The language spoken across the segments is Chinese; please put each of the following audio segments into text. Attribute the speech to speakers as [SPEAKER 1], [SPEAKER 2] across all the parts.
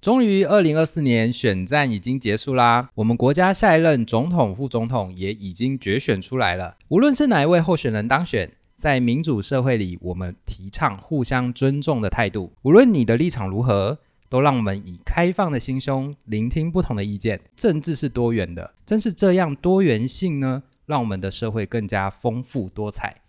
[SPEAKER 1] 终于，二零二四年选战已经结束啦，我们国家下一任总统、副总统也已经决选出来了。无论是哪一位候选人当选，在民主社会里，我们提倡互相尊重的态度。无论你的立场如何，都让我们以开放的心胸聆听不同的意见。政治是多元的，正是这样多元性呢，让我们的社会更加丰富多彩。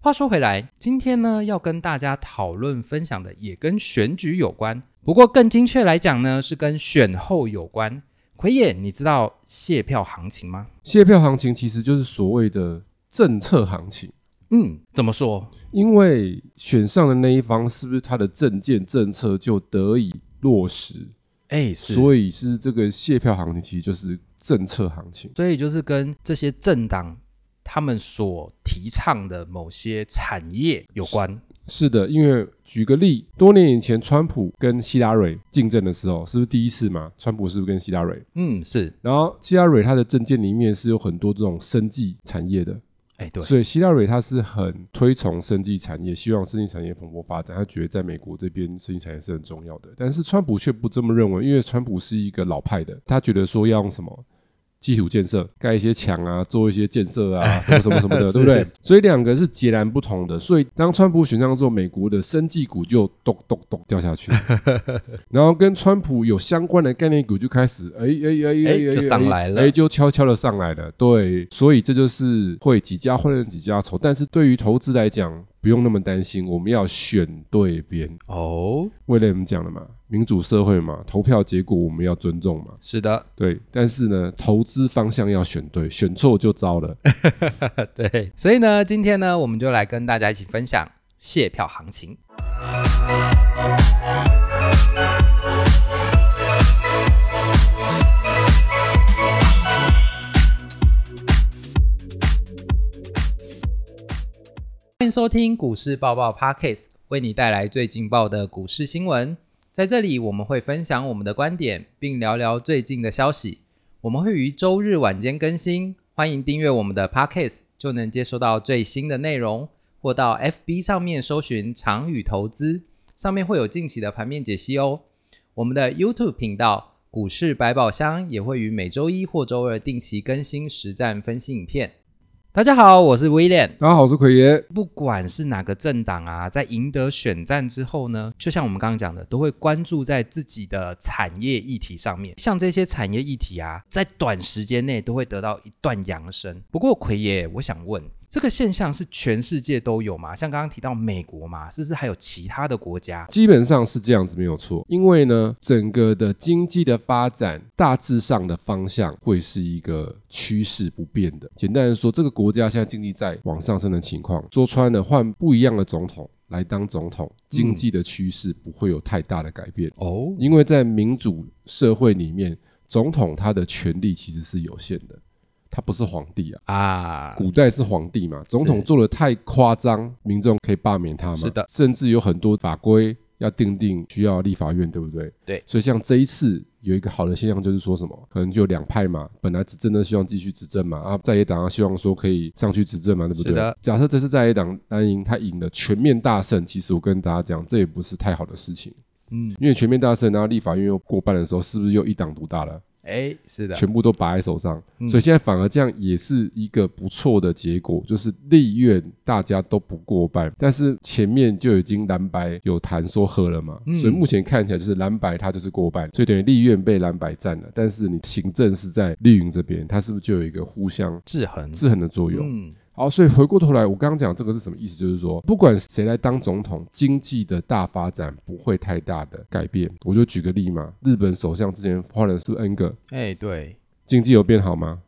[SPEAKER 1] 话说回来，今天呢要跟大家讨论分享的也跟选举有关，不过更精确来讲呢是跟选后有关。奎野，你知道卸票行情吗？
[SPEAKER 2] 卸票行情其实就是所谓的政策行情，
[SPEAKER 1] 嗯，怎么说？
[SPEAKER 2] 因为选上的那一方是不是他的政见政策就得以落实，
[SPEAKER 1] 哎，所以
[SPEAKER 2] 所以是这个卸票行情其实就是政策行情。
[SPEAKER 1] 所以就是跟这些政党他们所提倡的某些产业有关。
[SPEAKER 2] 是的，因为举个例，多年以前川普跟希拉蕊竞争的时候，是不是第一次嘛？川普是不是跟希拉蕊？
[SPEAKER 1] 嗯，是，
[SPEAKER 2] 然后希拉蕊他的政见里面是有很多这种生技产业的，
[SPEAKER 1] 哎，对，
[SPEAKER 2] 所以希拉蕊他是很推崇生技产业，希望生技产业蓬勃发展。他觉得在美国这边生技产业是很重要的，但是川普却不这么认为，因为川普是一个老派的，他觉得说要用什么基础建设，盖一些墙啊，做一些建设啊，什么什么什么 的，
[SPEAKER 1] 是
[SPEAKER 2] 对不对？所以两个是截然不同的。所以当川普选上之后，美国的生技股就咚咚咚掉下去，然后跟川普有相关的概念股就开始哎哎哎哎
[SPEAKER 1] 哎
[SPEAKER 2] 哎
[SPEAKER 1] 就上
[SPEAKER 2] 哎
[SPEAKER 1] 来了
[SPEAKER 2] 哎就悄悄的上来了。对，所以这就是会几家欢乐几家愁，但是对于投资来讲，不用那么担心，我们要选对边。
[SPEAKER 1] 哦，
[SPEAKER 2] 为了我们讲了嘛，民主社会嘛，投票结果我们要尊重嘛。
[SPEAKER 1] 是的，
[SPEAKER 2] 对，但是呢，投资方向要选对，选错就糟了。
[SPEAKER 1] 对，所以呢，今天呢，我们就来跟大家一起分享卸票行情。欢迎收听股市爆爆 Pockets，为你带来最劲爆的股市新闻。在这里，我们会分享我们的观点，并聊聊最近的消息。我们会于周日晚间更新，欢迎订阅我们的 Podcast，就能接收到最新的内容，或到 FB 上面搜寻“长宇投资”，上面会有近期的盘面解析哦。我们的 YouTube 频道“股市百宝箱”也会于每周一或周二定期更新实战分析影片。大家好，我是 William。
[SPEAKER 2] 大家好，我是奎爷。
[SPEAKER 1] 不管是哪个政党啊，在赢得选战之后呢，就像我们刚刚讲的，都会关注在自己的产业议题上面。像这些产业议题啊，在短时间内都会得到一段扬声。不过，奎爷，我想问，这个现象是全世界都有吗？像刚刚提到美国嘛，是不是还有其他的国家？
[SPEAKER 2] 基本上是这样子，没有错。因为呢，整个的经济的发展大致上的方向会是一个趋势不变的。简单的说，这个国家现在经济在往上升的情况，说穿了，换不一样的总统来当总统，经济的趋势不会有太大的改变，
[SPEAKER 1] 哦，
[SPEAKER 2] 因为在民主社会里面，总统他的权力其实是有限的，他不是皇帝啊。
[SPEAKER 1] 啊，
[SPEAKER 2] 古代是皇帝嘛，总统做的太夸张，民众可以罢免他嘛。
[SPEAKER 1] 是的
[SPEAKER 2] 甚至有很多法规要定定，需要立法院，对不对？
[SPEAKER 1] 对
[SPEAKER 2] 所以像这一次有一个好的现象，就是说什么，可能就两派嘛，本来执政的希望继续执政嘛，啊，在野党啊希望说可以上去执政嘛，对不
[SPEAKER 1] 是
[SPEAKER 2] 对
[SPEAKER 1] 的？
[SPEAKER 2] 假设这次在野党蓝营他赢了全面大胜，其实我跟大家讲，这也不是太好的事情。
[SPEAKER 1] 嗯，
[SPEAKER 2] 因为全面大胜，然后立法院又过半的时候，是不是又一党独大了？
[SPEAKER 1] 哎，是的，
[SPEAKER 2] 全部都拔在手上，
[SPEAKER 1] 嗯
[SPEAKER 2] 所以现在反而这样也是一个不错的结果，就是立院大家都不过半，但是前面就已经蓝白有谈说和了嘛，
[SPEAKER 1] 嗯
[SPEAKER 2] 所以目前看起来就是蓝白它就是过半，所以等于立院被蓝白占了，但是你行政是在绿营这边，它是不是就有一个互相
[SPEAKER 1] 制衡，
[SPEAKER 2] 制衡的作用？
[SPEAKER 1] 嗯，
[SPEAKER 2] 好，所以回过头来，我刚刚讲这个是什么意思？就是说，不管谁来当总统，经济的大发展不会太大的改变。我就举个例嘛，日本首相之前换了是不是 N 个，
[SPEAKER 1] 哎，对，
[SPEAKER 2] 经济有变好吗？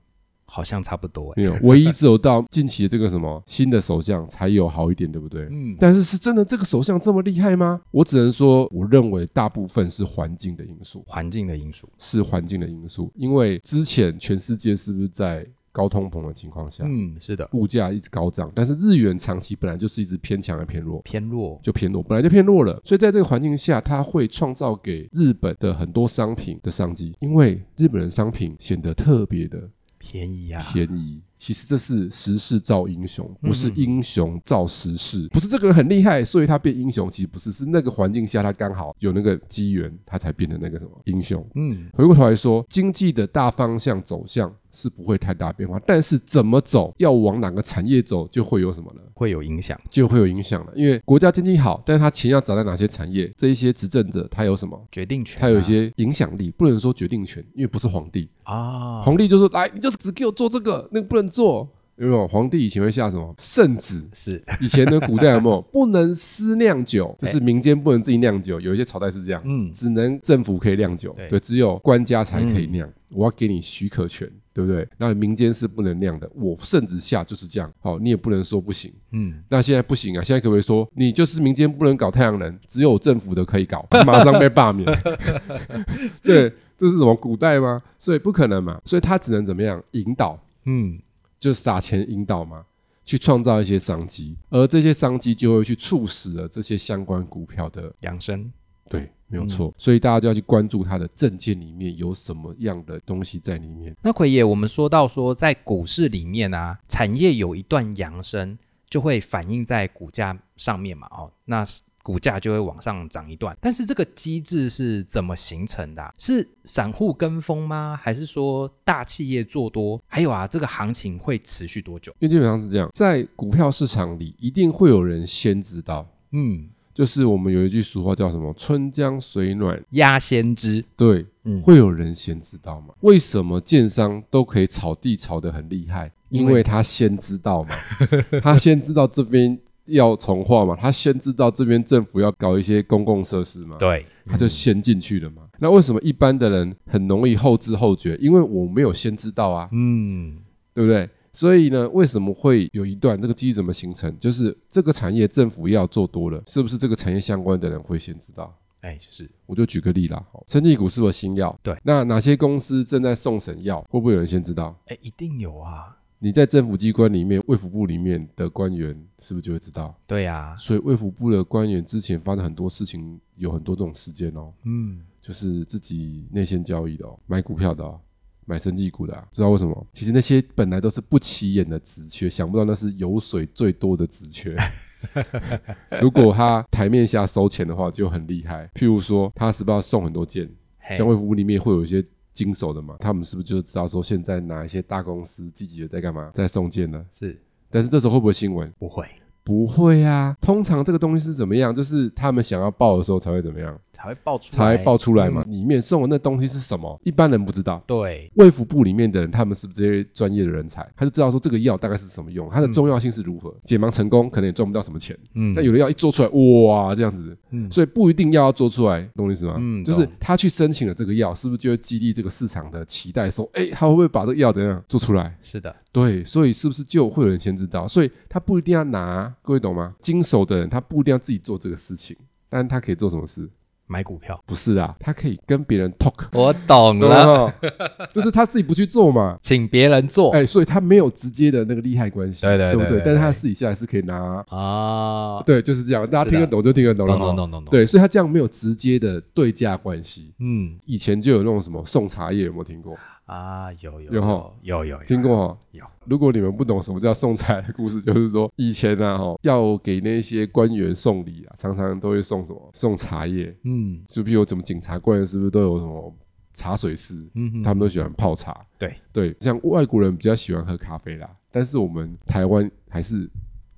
[SPEAKER 1] 好像差不多，哎，
[SPEAKER 2] 没有，唯一只有到近期的这个什么新的首相才有好一点，对不对？
[SPEAKER 1] 嗯，
[SPEAKER 2] 但是是真的这个首相这么厉害吗？我只能说，我认为大部分是环境的因素，
[SPEAKER 1] 环境的因素，
[SPEAKER 2] 是环境的因素，因为之前全世界是不是在高通膨的情况下，
[SPEAKER 1] 嗯，是的，
[SPEAKER 2] 物价一直高涨，但是日元长期本来就是一直偏强还偏弱。
[SPEAKER 1] 偏弱，
[SPEAKER 2] 就偏弱，本来就偏弱了，所以在这个环境下，它会创造给日本的很多商品的商机，因为日本的商品显得特别的
[SPEAKER 1] 便宜啊，
[SPEAKER 2] 便宜，其实这是时势造英雄，不是
[SPEAKER 1] 嗯
[SPEAKER 2] 英雄造时势，不是这个人很厉害，所以他变英雄，其实不是，是那个环境下他刚好有那个机缘，他才变得那个什么英雄。
[SPEAKER 1] 嗯，
[SPEAKER 2] 回过头来说，经济的大方向走向是不会太大变化，但是怎么走，要往哪个产业走，就会有什么呢？
[SPEAKER 1] 会有影响。
[SPEAKER 2] 就会有影响了。因为国家经济好，但是他钱要砸在哪些产业，这一些执政者他有什么？
[SPEAKER 1] 决定权、啊，
[SPEAKER 2] 他有一些影响力，不能说决定权，因为不是皇帝。
[SPEAKER 1] 啊，
[SPEAKER 2] 皇帝就说：“来，你就只给我做这个，那个不能做。”有没有？皇帝以前会下什么圣旨？
[SPEAKER 1] 是
[SPEAKER 2] 以前的古代有没有不能私 酿酒？就是民间不能自己酿酒，有一些朝代是这样。
[SPEAKER 1] 嗯
[SPEAKER 2] 只能政府可以酿酒，
[SPEAKER 1] 对嗯
[SPEAKER 2] 对，只有官家才可以酿。我要给你许可权，对不对？那民间是不能酿的，我圣旨下就是这样。好，你也不能说不行。
[SPEAKER 1] 嗯，
[SPEAKER 2] 那现在不行啊，现在可不可以说你就是民间不能搞太阳能，只有政府的可以搞， 马上被罢免？对，这是什么古代吗？所以不可能嘛，所以他只能怎么样引导，
[SPEAKER 1] 嗯
[SPEAKER 2] 就撒钱引导嘛，去创造一些商机，而这些商机就会去促使了这些相关股票的
[SPEAKER 1] 养生
[SPEAKER 2] 对，没有错。所以大家就要去关注它的证件里面有什么样的东西在里面。
[SPEAKER 1] 那奎爷，我们说到说，在股市里面啊，产业有一段扬升，就会反映在股价上面嘛，哦，那是股价就会往上涨一段。但是这个机制是怎么形成的啊、是散户跟风吗？还是说大企业做多？还有啊，这个行情会持续多久？
[SPEAKER 2] 因为基本上是这样，在股票市场里，一定会有人先知道。
[SPEAKER 1] 嗯，
[SPEAKER 2] 就是我们有一句俗话叫什么“春江水暖
[SPEAKER 1] 压先知，”，
[SPEAKER 2] 对，
[SPEAKER 1] 嗯
[SPEAKER 2] 会有人先知道嘛？为什么建商都可以炒地炒得很厉害？
[SPEAKER 1] 因
[SPEAKER 2] 因
[SPEAKER 1] 为
[SPEAKER 2] 为他先知道嘛， 他先知道这边要重化嘛，他先知道这边政府要搞一些公共设施嘛，
[SPEAKER 1] 对，
[SPEAKER 2] 他就先进去了嘛。那为什么一般的人很容易后知后觉？因为我没有先知道啊，
[SPEAKER 1] 嗯，
[SPEAKER 2] 对不对？所以呢，为什么会有一段这个机制怎么形成？就是这个产业政府要做多了，是不是这个产业相关的人会先知道？
[SPEAKER 1] 哎，是，
[SPEAKER 2] 我就举个例啦，好生技股是不是有新药？
[SPEAKER 1] 对
[SPEAKER 2] 那哪些公司正在送审药？会不会有人先知道？
[SPEAKER 1] 哎，一定有啊，
[SPEAKER 2] 你在政府机关里面，卫福部里面的官员是不是就会知道？
[SPEAKER 1] 对啊，
[SPEAKER 2] 所以卫福部的官员之前发生很多事情，有很多这种事件哦。
[SPEAKER 1] 嗯，
[SPEAKER 2] 就是自己内线交易的哦，买股票的哦，买生技股的、啊，知道为什么？其实那些本来都是不起眼的职缺，想不到那是油水最多的职 缺。如果他台面下收钱的话，就很厉害。譬如说，他是不是要送很多件？
[SPEAKER 1] 嘿
[SPEAKER 2] 像，卫福部里面会有一些经手的嘛，他们是不是就知道说现在哪一些大公司积极的在干嘛，在送件呢？
[SPEAKER 1] 是
[SPEAKER 2] 但是这时候会不会新闻？
[SPEAKER 1] 不会
[SPEAKER 2] 不会啊，通常这个东西是怎么样？就是他们想要报的时候才会怎么样？
[SPEAKER 1] 才会爆出
[SPEAKER 2] 才
[SPEAKER 1] 来，
[SPEAKER 2] 爆出来嘛。里面送的那东西是什么，一般人不知道。
[SPEAKER 1] 对，
[SPEAKER 2] 卫福部里面的人，他们是不是这些专业的人才？他就知道说这个药大概是什么用，它的重要性是如何。解盲成功可能也赚不到什么钱，
[SPEAKER 1] 嗯
[SPEAKER 2] 但有的药一做出来，哇，这样子，
[SPEAKER 1] 嗯
[SPEAKER 2] 所以不一定要要做出来，懂我意思吗？
[SPEAKER 1] 嗯
[SPEAKER 2] 就是
[SPEAKER 1] 懂
[SPEAKER 2] 他去申请了这个药，是不是就会激励这个市场的期待，说，哎，他会不会把这个药怎样做出来？
[SPEAKER 1] 是的，
[SPEAKER 2] 对，所以是不是就会有人先知道？所以他不一定要拿，各位懂吗？经手的人他不一定要自己做这个事情，但他可以做什么事？
[SPEAKER 1] 买股票。
[SPEAKER 2] 不是啊，他可以跟别人 talk，
[SPEAKER 1] 我懂
[SPEAKER 2] 懂
[SPEAKER 1] 了，
[SPEAKER 2] 吗？就是他自己不去做嘛，
[SPEAKER 1] 请别人做。
[SPEAKER 2] 哎，所以他没有直接的那个利害关系，
[SPEAKER 1] 哦对对
[SPEAKER 2] 对不
[SPEAKER 1] 对对
[SPEAKER 2] 但是他私底下还是可以拿，
[SPEAKER 1] 啊，
[SPEAKER 2] 对，就是这样，大家
[SPEAKER 1] 是的
[SPEAKER 2] 听得懂就听得懂了
[SPEAKER 1] 懂
[SPEAKER 2] 哈，
[SPEAKER 1] 懂懂懂懂。，
[SPEAKER 2] 对，所以他这样没有直接的对价关系。
[SPEAKER 1] 嗯
[SPEAKER 2] 以前就有那种什么送茶叶，有没有听过？
[SPEAKER 1] 啊，有有
[SPEAKER 2] 有哈
[SPEAKER 1] 有有有
[SPEAKER 2] 听过哈？
[SPEAKER 1] 有。
[SPEAKER 2] 如果你们不懂什么叫送茶的故事，就是说以前啊，哈，要给那些官员送礼啊，常常都会送什么？送茶叶，
[SPEAKER 1] 嗯
[SPEAKER 2] 就譬如怎么警察官员是不是都有什么茶水室？
[SPEAKER 1] 嗯
[SPEAKER 2] 他们都喜欢泡茶。
[SPEAKER 1] 对
[SPEAKER 2] 对，像外国人比较喜欢喝咖啡啦，但是我们台湾还是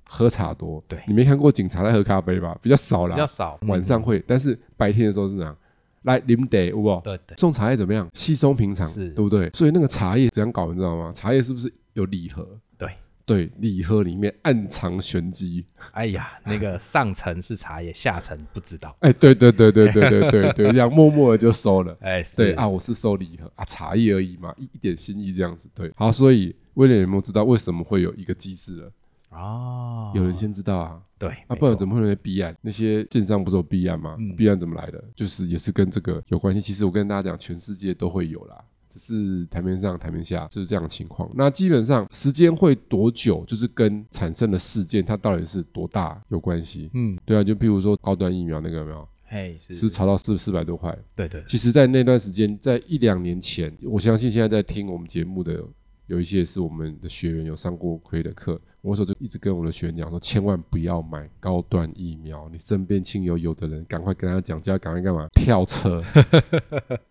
[SPEAKER 2] 喝茶多。
[SPEAKER 1] 对
[SPEAKER 2] 你没看过警察在喝咖啡吧？比较少
[SPEAKER 1] 比较
[SPEAKER 2] 啦，
[SPEAKER 1] 少。
[SPEAKER 2] 嗯晚上会，但是白天的时候是这样，来林得有不？
[SPEAKER 1] 嗯对对，
[SPEAKER 2] 送茶叶怎么样？稀松平常，
[SPEAKER 1] 是
[SPEAKER 2] 对不对？所以那个茶叶怎样搞，你知道吗？茶叶是不是有礼盒？
[SPEAKER 1] 对
[SPEAKER 2] 对，礼盒里面暗藏玄机。
[SPEAKER 1] 哎呀，那个上层是茶叶，下层不知道。
[SPEAKER 2] 哎，对对对对对对对 对，这样默默的就收了。
[SPEAKER 1] 哎，
[SPEAKER 2] 对
[SPEAKER 1] 是
[SPEAKER 2] 啊，我是收礼盒啊，茶叶而已嘛，一一点心意这样子。对，好，所以威廉有没有知道为什么会有一个机制了？
[SPEAKER 1] 哦，
[SPEAKER 2] 有人先知道啊，
[SPEAKER 1] 对
[SPEAKER 2] 啊，不然怎
[SPEAKER 1] 么
[SPEAKER 2] 么会有人避案？那些建商不是有避案吗
[SPEAKER 1] 嗯？
[SPEAKER 2] 避案怎么来的？就是也是跟这个有关系。其实我跟大家讲，全世界都会有啦。只是台面上、台面下就是这样的情况。那基本上时间会多久，就是跟产生的事件它到底是多大有关系。
[SPEAKER 1] 嗯，
[SPEAKER 2] 对啊，就譬如说高端疫苗那个有没有，
[SPEAKER 1] 哎是
[SPEAKER 2] 是炒到四四百多块，
[SPEAKER 1] 对对
[SPEAKER 2] 其实，在那段时间，在一两年前，我相信现在在听我们节目的有一些是我们的学员有上过亏的课，我那时候就一直跟我的学员讲说，千万不要买高端疫苗，你身边亲友有的人，赶快跟他讲，叫他赶快干嘛跳车。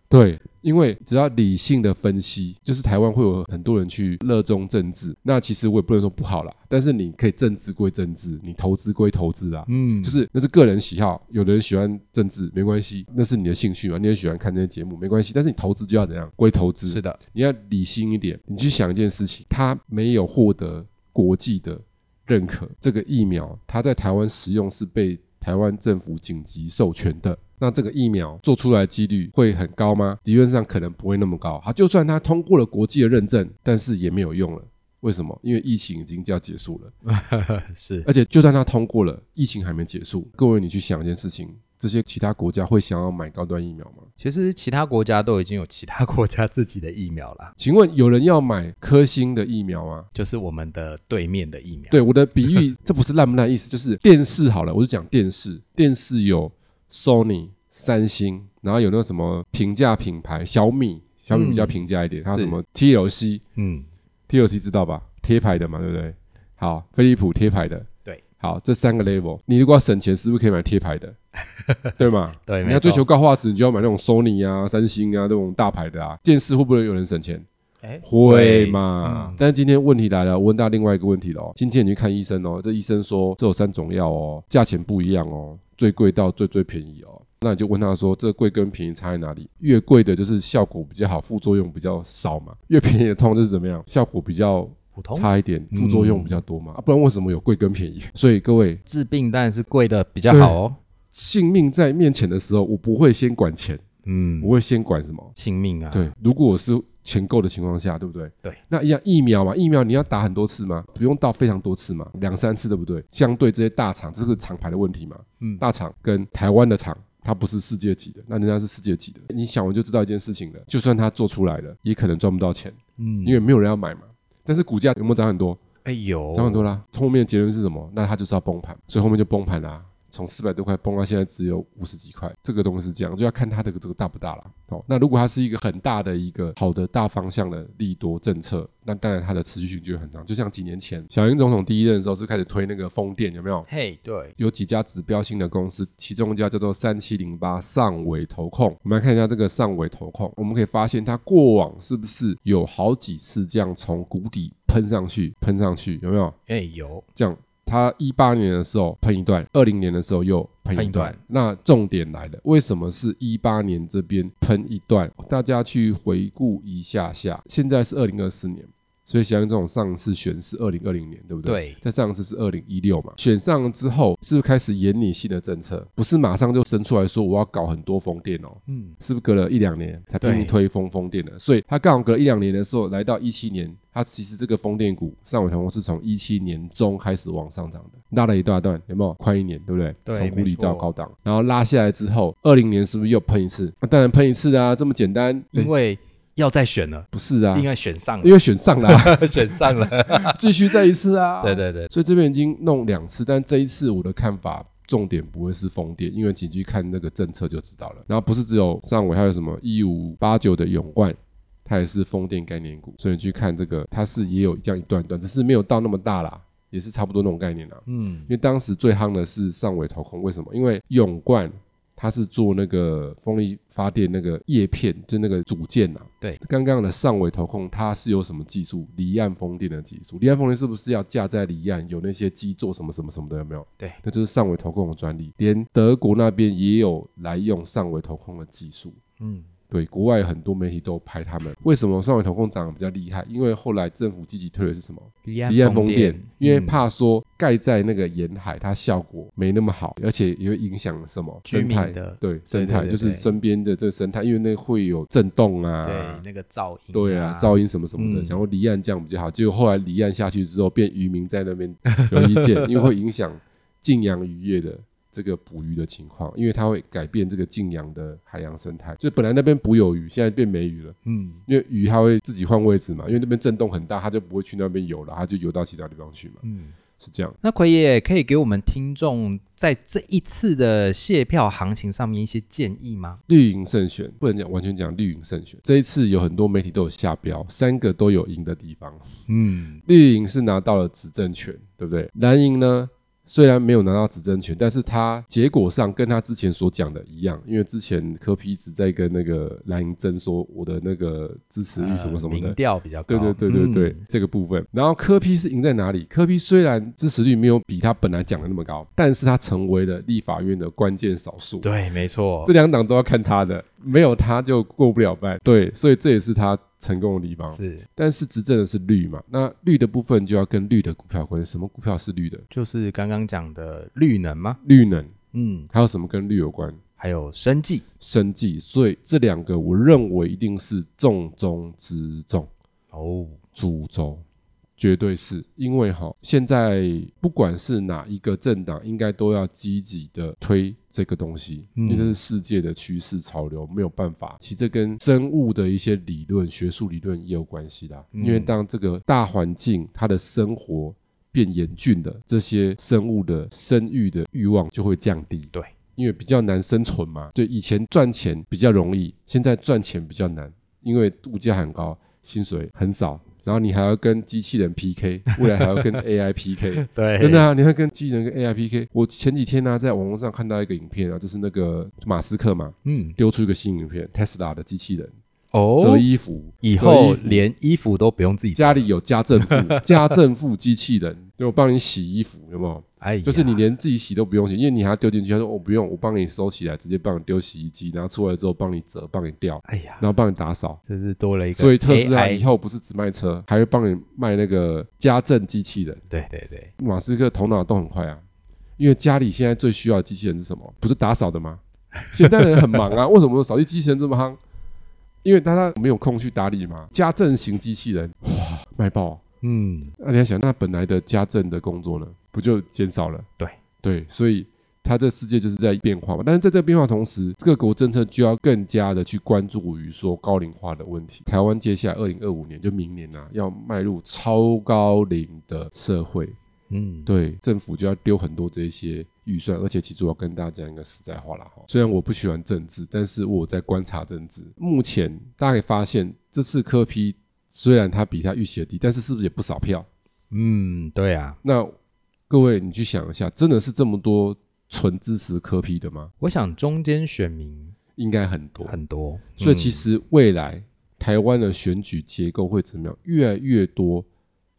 [SPEAKER 2] 对，因为只要理性的分析，就是台湾会有很多人去热衷政治，那其实我也不能说不好啦，但是你可以政治归政治，你投资归投资啊，
[SPEAKER 1] 嗯，
[SPEAKER 2] 就是那是个人喜好，有的人喜欢政治没关系，那是你的兴趣嘛，你也喜欢看这些节目没关系，但是你投资就要怎样归投资，
[SPEAKER 1] 是的，
[SPEAKER 2] 你要理性一点，你去想一件事情，它没有获得国际的认可，这个疫苗它在台湾使用是被台湾政府紧急授权的。那这个疫苗做出来的几率会很高吗？理论上可能不会那么高。它就算它通过了国际的认证，但是也没有用了。为什么？因为疫情已经就要结束了。
[SPEAKER 1] 是
[SPEAKER 2] 而且就算它通过了，疫情还没结束。各位，你去想一件事情：这些其他国家会想要买高端疫苗吗？
[SPEAKER 1] 其实其他国家都已经有其他国家自己的疫苗啦，
[SPEAKER 2] 请问有人要买科兴的疫苗吗？
[SPEAKER 1] 就是我们的对面的疫苗。
[SPEAKER 2] 对我的比 喻，这不是烂不烂意思，就是电视好了，我就讲电视，电视有 Sony、三星，然后有那个什么平价品牌小米，小米比较平价一点，还
[SPEAKER 1] 嗯
[SPEAKER 2] 有
[SPEAKER 1] 是
[SPEAKER 2] 什么 TLC，
[SPEAKER 1] 嗯，
[SPEAKER 2] TLC 知道吧？贴牌的嘛，对不对？好，飞利浦贴牌的，
[SPEAKER 1] 对，
[SPEAKER 2] 好，这三个 level，你如果要省钱，是不是可以买贴牌 的？对嘛？
[SPEAKER 1] 对，
[SPEAKER 2] 你
[SPEAKER 1] 没
[SPEAKER 2] 要
[SPEAKER 1] 错
[SPEAKER 2] 追求高画质，你就要买那种 Sony 啊、三星啊那种大牌的啊。电视会不会有人省钱？
[SPEAKER 1] 哎
[SPEAKER 2] 会嘛？
[SPEAKER 1] 嗯
[SPEAKER 2] 但是今天问题来了，我问到另外一个问题了哦。今天你去看医生哦，这医生说这有三种药哦，价钱不一样哦，最贵到最最便宜哦。那你就问他说，这贵跟便宜差在哪里？越贵的就是效果比较好，副作用比较少嘛；越便宜的通常就是怎么样，效果比较
[SPEAKER 1] 普通
[SPEAKER 2] 差一点，
[SPEAKER 1] 嗯
[SPEAKER 2] 副作用比较多嘛。啊不然为什么有贵跟便宜？所以各位，
[SPEAKER 1] 治病当然是贵的比较好哦。
[SPEAKER 2] 性命在面前的时候，我不会先管钱，
[SPEAKER 1] 嗯，
[SPEAKER 2] 我会先管什么？
[SPEAKER 1] 性命啊，，
[SPEAKER 2] 对，如果我是钱够的情况下，对不对？
[SPEAKER 1] 对，
[SPEAKER 2] 那一样疫苗嘛，疫苗你要打很多次吗？不用到非常多次嘛，两三次，对不对？相对这些大厂，这是厂牌的问题嘛。
[SPEAKER 1] 嗯
[SPEAKER 2] 大厂跟台湾的厂。它不是世界级的，那人家是世界级的。你想，我就知道一件事情了，就算它做出来了，也可能赚不到钱，
[SPEAKER 1] 嗯，
[SPEAKER 2] 因为没有人要买嘛。但是股价有没有涨很多？
[SPEAKER 1] 哎有
[SPEAKER 2] 涨很多啦。后面的结论是什么？那它就是要崩盘，所以后面就崩盘啦。从四百多块崩到现在只有五十几块，这个东西是这样，就要看它的这个大不大啦。哦，那如果它是一个很大的一个好的大方向的利多政策，那当然它的持续性就会很长。就像几年前小英总统第一任的时候是开始推那个风电，有没有？
[SPEAKER 1] 嘿，对，
[SPEAKER 2] 有几家指标性的公司，其中一家叫做三七零八上尾投控。我们来看一下这个上尾投控，我们可以发现它过往是不是有好几次这样从谷底喷上去，喷上去，有没有？
[SPEAKER 1] 哎有，
[SPEAKER 2] 这样，它一八年的时候喷一段，二零年的时候又喷
[SPEAKER 1] 喷
[SPEAKER 2] 一
[SPEAKER 1] 一
[SPEAKER 2] 段
[SPEAKER 1] 段。
[SPEAKER 2] 那重点来了，为什么是一八年这边喷一段？大家去回顾一下下，现在是二零二四年。所以想想这种上次选是二零二零年，对不对？
[SPEAKER 1] 对
[SPEAKER 2] 在上次是二零一六嘛，选上之后是不是开始严拟性的政策？不是马上就生出来说我要搞很多风电哦，
[SPEAKER 1] 嗯，
[SPEAKER 2] 是不是隔了一两年才拼
[SPEAKER 1] 对
[SPEAKER 2] 命推风风电的？所以它刚好隔了一两年的时候，来到一七年，它其实这个风电股上尾投控是从一七年中开始往上涨的，拉了一大段，有没有？快一年，对不对？
[SPEAKER 1] 对
[SPEAKER 2] 从谷底到
[SPEAKER 1] 没错
[SPEAKER 2] 高档，然后拉下来之后，二零年是不是又喷一次？那、当然喷一次啊，这么简单？
[SPEAKER 1] 因
[SPEAKER 2] 诶
[SPEAKER 1] 为要再选了，
[SPEAKER 2] 不是啊
[SPEAKER 1] 应，该选上
[SPEAKER 2] 因
[SPEAKER 1] 了，
[SPEAKER 2] 为选上了啊、
[SPEAKER 1] 选上了，
[SPEAKER 2] 继续再一次啊。
[SPEAKER 1] 对对对，
[SPEAKER 2] 所以这边已经弄两次，但这一次我的看法重点不会是风电，因为请去看那个政策就知道了。然后不是只有上尾，还有什么一五八九的永冠。它也是风电概念股，所以你去看这个，它是也有这样一段一段，只是没有到那么大啦，也是差不多那种概念啦。
[SPEAKER 1] 嗯
[SPEAKER 2] 因为当时最夯的是上尾投控，为什么？因为永冠它是做那个风力发电那个叶片，就那个组件呐、啊。
[SPEAKER 1] 对，
[SPEAKER 2] 刚刚的上尾投控它是有什么技术？离岸风电的技术，离岸风电是不是要架在离岸有那些基座什么什么什么的？有没有？
[SPEAKER 1] 对
[SPEAKER 2] 那就是上尾投控的专利，连德国那边也有来用上尾投控的技术。
[SPEAKER 1] 嗯，
[SPEAKER 2] 对，国外很多媒体都拍他们。为什么上尾投控涨得比较厉害？因为后来政府积极推的是什么？
[SPEAKER 1] 离
[SPEAKER 2] 离岸风电
[SPEAKER 1] 电，，
[SPEAKER 2] 因为
[SPEAKER 1] 嗯
[SPEAKER 2] 怕说盖在那个沿海，它效果没那么好，而且也会影响什么
[SPEAKER 1] 居
[SPEAKER 2] 生
[SPEAKER 1] 民
[SPEAKER 2] 态
[SPEAKER 1] 的
[SPEAKER 2] 对生
[SPEAKER 1] 对
[SPEAKER 2] 态
[SPEAKER 1] 对
[SPEAKER 2] 就是
[SPEAKER 1] 对
[SPEAKER 2] 身边的这个生态，因为那会有震动
[SPEAKER 1] 嗯对
[SPEAKER 2] 啊，
[SPEAKER 1] 那个噪音，
[SPEAKER 2] 对啊，噪音什么什么的，
[SPEAKER 1] 嗯
[SPEAKER 2] 想说离岸这样比较好，结果后来离岸下去之后，变渔民在那 边有意见，因为会影响晋阳渔业的。这个捕鱼的情况，因为它会改变这个晋阳的海洋生态，就本来那边捕有鱼，现在变没鱼了。
[SPEAKER 1] 嗯，
[SPEAKER 2] 因为鱼它会自己换位置嘛，因为那边震动很大，它就不会去那边游了，它就游到其他地方去嘛。
[SPEAKER 1] 嗯
[SPEAKER 2] 是这样。
[SPEAKER 1] 那奎爷可以给我们听众在这一次的卸票行情上面一些建议吗？
[SPEAKER 2] 绿营胜选不能讲完全讲绿营胜选，这一次有很多媒体都有下标，三个都有赢的地方。
[SPEAKER 1] 嗯，
[SPEAKER 2] 绿营是拿到了执政权，对不对？蓝营呢，虽然没有拿到执政权，但是他结果上跟他之前所讲的一样，因为之前柯 P 一直在跟那个蓝营争说我的那个支持率什么什么
[SPEAKER 1] 呃
[SPEAKER 2] 的，
[SPEAKER 1] 民调比较
[SPEAKER 2] 对
[SPEAKER 1] 高，
[SPEAKER 2] 对对对对，
[SPEAKER 1] 嗯
[SPEAKER 2] 这个部分。然后柯 P 是赢在哪里？柯 P 虽然支持率没有比他本来讲的那么高，但是他成为了立法院的关键少数。
[SPEAKER 1] 对，没错
[SPEAKER 2] 这，两党都要看他的，没有他就过不了半。对，所以这也是他成功的地方。
[SPEAKER 1] 是
[SPEAKER 2] 但是执政的是绿嘛，那绿的部分就要跟绿的股票有关系。什么股票是绿的？
[SPEAKER 1] 就是刚刚讲的绿能吗？
[SPEAKER 2] 绿能，
[SPEAKER 1] 嗯，
[SPEAKER 2] 还有什么跟绿有关？
[SPEAKER 1] 还有生计
[SPEAKER 2] 生计。所以这两个，我认为一定是重中之重。
[SPEAKER 1] 哦，
[SPEAKER 2] 主轴，绝对是因为哈，现在不管是哪一个政党，应该都要积极的推这个东西，
[SPEAKER 1] 嗯
[SPEAKER 2] 因为这是世界的趋势潮流，没有办法。其实这跟生物的一些理论、学术理论也有关系啦，
[SPEAKER 1] 嗯
[SPEAKER 2] 因为当这个大环境它的生活。变严峻的这些生物的生育的欲望就会降低，
[SPEAKER 1] 对，
[SPEAKER 2] 因为比较难生存嘛。对，以前赚钱比较容易，现在赚钱比较难，因为物价很高，薪水很少，然后你还要跟机器人 PK，未来还要跟 AI PK。
[SPEAKER 1] 对
[SPEAKER 2] 真的啊，你要跟机器人跟 AI PK。我前几天呢、在网络上看到一个影片啊，就是那个马斯克嘛，
[SPEAKER 1] 嗯，
[SPEAKER 2] 丢出一个新影片，Tesla 的机器人折
[SPEAKER 1] 哦，
[SPEAKER 2] 衣服，
[SPEAKER 1] 以
[SPEAKER 2] 折
[SPEAKER 1] 后
[SPEAKER 2] 衣服
[SPEAKER 1] 连衣服都不用自己
[SPEAKER 2] 家
[SPEAKER 1] 里，
[SPEAKER 2] 里有家政妇， 家政妇机器人，就我帮你洗衣服，有没有？
[SPEAKER 1] 哎呀，
[SPEAKER 2] 就是你连自己洗都不用洗，因为你还要丢进去。他说哦我、不用，我帮你收起来，直接帮你丢洗衣机，然后出来之后帮你折，帮你掉，
[SPEAKER 1] 哎呀
[SPEAKER 2] 然，后帮你打扫。
[SPEAKER 1] 这是多了一个 AI，
[SPEAKER 2] 所以特斯拉以后不是只卖车，还会帮你卖那个家政机器人。
[SPEAKER 1] 对对对，
[SPEAKER 2] 马斯克头脑都很快啊，因为家里现在最需要的机器人是什么？不是打扫的吗？现在人很忙啊， 为什么扫地机器人这么夯？因为大家没有空去打理嘛。家政型机器人哇，卖爆啊、
[SPEAKER 1] 嗯，
[SPEAKER 2] 那你要想，那本来的家政的工作呢，不就减少了？
[SPEAKER 1] 对
[SPEAKER 2] 对，所以它这世界就是在变化嘛。但是在这个变化同时，各国政策就要更加的去关注于说高龄化的问题。台湾接下来二零二五年就明年啊，要迈入超高龄的社会，
[SPEAKER 1] 嗯，
[SPEAKER 2] 对，政府就要丢很多这些预算，而且其实我要跟大家讲一个实在话啦哈，虽然我不喜欢政治，但是我有在观察政治。目前大家可以发现，这次科批虽然它比它预期的低，但是是不是也不少票？
[SPEAKER 1] 嗯，对啊，
[SPEAKER 2] 那各位你去想一下，真的是这么多纯支持科批的吗？
[SPEAKER 1] 我想中间选民
[SPEAKER 2] 应该很多，
[SPEAKER 1] 很嗯多，
[SPEAKER 2] 所以其
[SPEAKER 1] 实
[SPEAKER 2] 实未来台湾的选举结构会怎么样？越来越多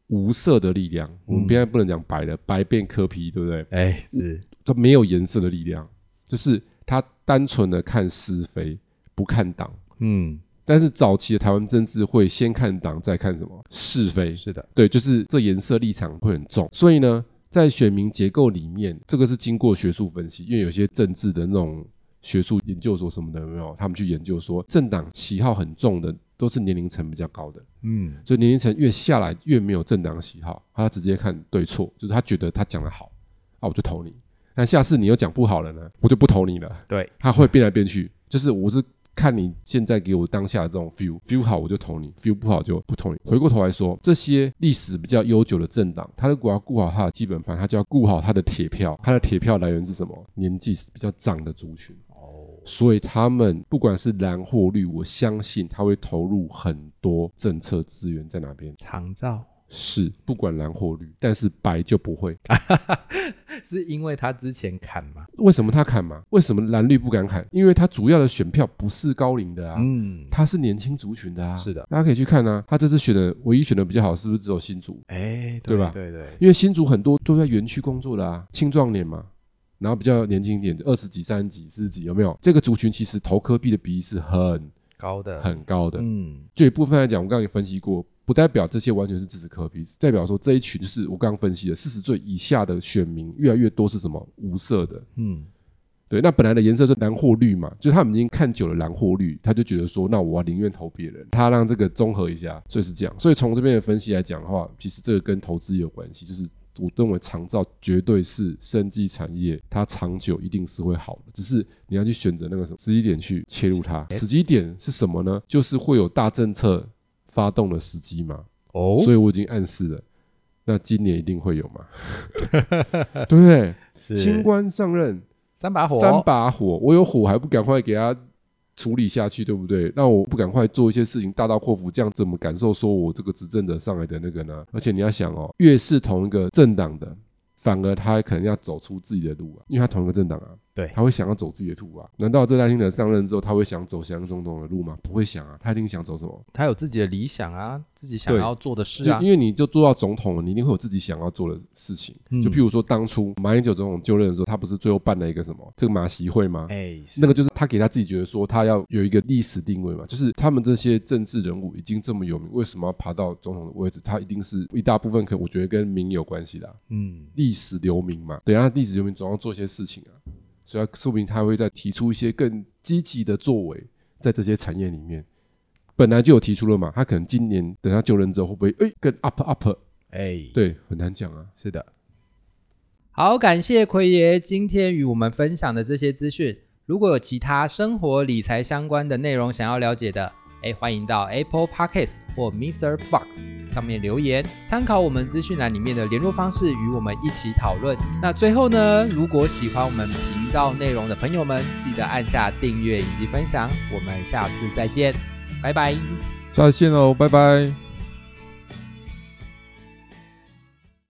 [SPEAKER 2] 无色的力量，我们现在不能讲白的，白变科批，对不对？
[SPEAKER 1] 哎是
[SPEAKER 2] 它没有颜色的力量，就是它单纯的看是非，不看党。
[SPEAKER 1] 嗯
[SPEAKER 2] 但是早期的台湾政治会先看党，再看什么是非？
[SPEAKER 1] 嗯是的，
[SPEAKER 2] 对，就是这颜色立场会很重。所以呢，在选民结构里面，这个是经过学术分析，因为有些政治的那种学术研究所什么的，有没有？他们去研究说，政党喜好很重的都是年龄层比较高的，
[SPEAKER 1] 嗯
[SPEAKER 2] 所以年龄层越下来越没有政党喜好，他直接看对错，就是他觉得他讲的好啊，我就投你。那下次你又讲不好了呢，我就不投你了。
[SPEAKER 1] 对，
[SPEAKER 2] 他会变来变去，就是我是看你现在给我当下的这种 feel，feel 好我就投你，feel 不好就不投你。回过头来说，这些历史比较悠久的政党，他如果要顾好他的基本盘，他就要顾好他的铁票，他的铁票来源是什么？年纪比较长的族群。
[SPEAKER 1] 哦
[SPEAKER 2] 所以他们不管是蓝或绿，我相信他会投入很多政策资源在哪边。
[SPEAKER 1] 长照
[SPEAKER 2] 是，不管蓝或绿，但是白就不会。
[SPEAKER 1] 是因为他之前砍嘛，
[SPEAKER 2] 为什么他砍嘛？为什么蓝绿不敢砍？因为他主要的选票不是高龄的啊，
[SPEAKER 1] 嗯
[SPEAKER 2] 他是年轻族群的啊。
[SPEAKER 1] 是的，
[SPEAKER 2] 大家可以去看啊。他这次选的唯一选的比较好，是不是只有新竹？
[SPEAKER 1] 哎
[SPEAKER 2] 对吧
[SPEAKER 1] 对对，
[SPEAKER 2] 因为新竹很多都在园区工作的啊，青壮年嘛，然后比较年轻一点，二十几、三十几、四十几，有没有？这个族群其实投科币的比例是很
[SPEAKER 1] 高的
[SPEAKER 2] 很高的。
[SPEAKER 1] 嗯
[SPEAKER 2] 就一部分来讲，我刚刚也分析过，不代表这些完全是支持科比，代表说这一群是我刚刚分析的四十岁以下的选民越来越多是什么无色的。
[SPEAKER 1] 嗯
[SPEAKER 2] 对，那本来的颜色是蓝或绿嘛，就是他们已经看久了蓝或绿，他就觉得说，那我要宁愿投别人，他让这个综合一下，所以是这样。所以从这边的分析来讲的话，其实这个跟投资有关系，就是我认为长照绝对是生技产业，它长久一定是会好的，只是你要去选择那个什么时机点去切入它。时机点是什么呢？就是会有大政策发动的时机嘛，
[SPEAKER 1] 哦
[SPEAKER 2] 所以我已经暗示了。那今年一定会有嘛？ 对不对？
[SPEAKER 1] 是
[SPEAKER 2] 新官上任
[SPEAKER 1] 三把火，
[SPEAKER 2] 三把火，我有火还不赶快给他处理下去，对不对？那我不赶快做一些事情，大刀阔斧，这样怎么感受说我这个执政者上来的那个呢？而且你要想哦，越是同一个政党的，反而他可能要走出自己的路啊，因为他同一个政党啊。
[SPEAKER 1] 对
[SPEAKER 2] 他会想要走自己的路啊？难道这赖清德上任之后，他会想走想总统的路吗？不会想啊，他一定想走什么？
[SPEAKER 1] 他有自己的理想啊，自己想
[SPEAKER 2] 对
[SPEAKER 1] 要做的事
[SPEAKER 2] 就
[SPEAKER 1] 啊，
[SPEAKER 2] 因为你就做到总统了，你一定会有自己想要做的事情。
[SPEAKER 1] 嗯
[SPEAKER 2] 就譬如说，当初马英九总统就任的时候，他不是最后办了一个什么这个马习会吗？
[SPEAKER 1] 哎，是
[SPEAKER 2] 那个就是他给他自己觉得说，他要有一个历史定位嘛，就是他们这些政治人物已经这么有名，为什么要爬到总统的位置？他一定是一大部分，可我觉得跟名有关系的啊、
[SPEAKER 1] 嗯，
[SPEAKER 2] 历史留名嘛，对啊，历史留名总要做些事情啊，所以他说明他会再提出一些更积极的作为，在这些产业里面，本来就有提出了嘛，他可能今年等他就任之后，会不会哎、更 up up？
[SPEAKER 1] 哎，
[SPEAKER 2] 对，很难讲啊。
[SPEAKER 1] 是的。好，感谢奎爷今天与我们分享的这些资讯。如果有其他生活理财相关的内容想要了解的，哎，欢迎到 Apple Podcasts 或 Mr. Box 上面留言，参考我们资讯栏里面的联络方式，与我们一起讨论。那最后呢，如果喜欢我们频道内容的朋友们，记得按下订阅以及分享。我们下次再见，拜拜。
[SPEAKER 2] 哦下次见喽，拜拜。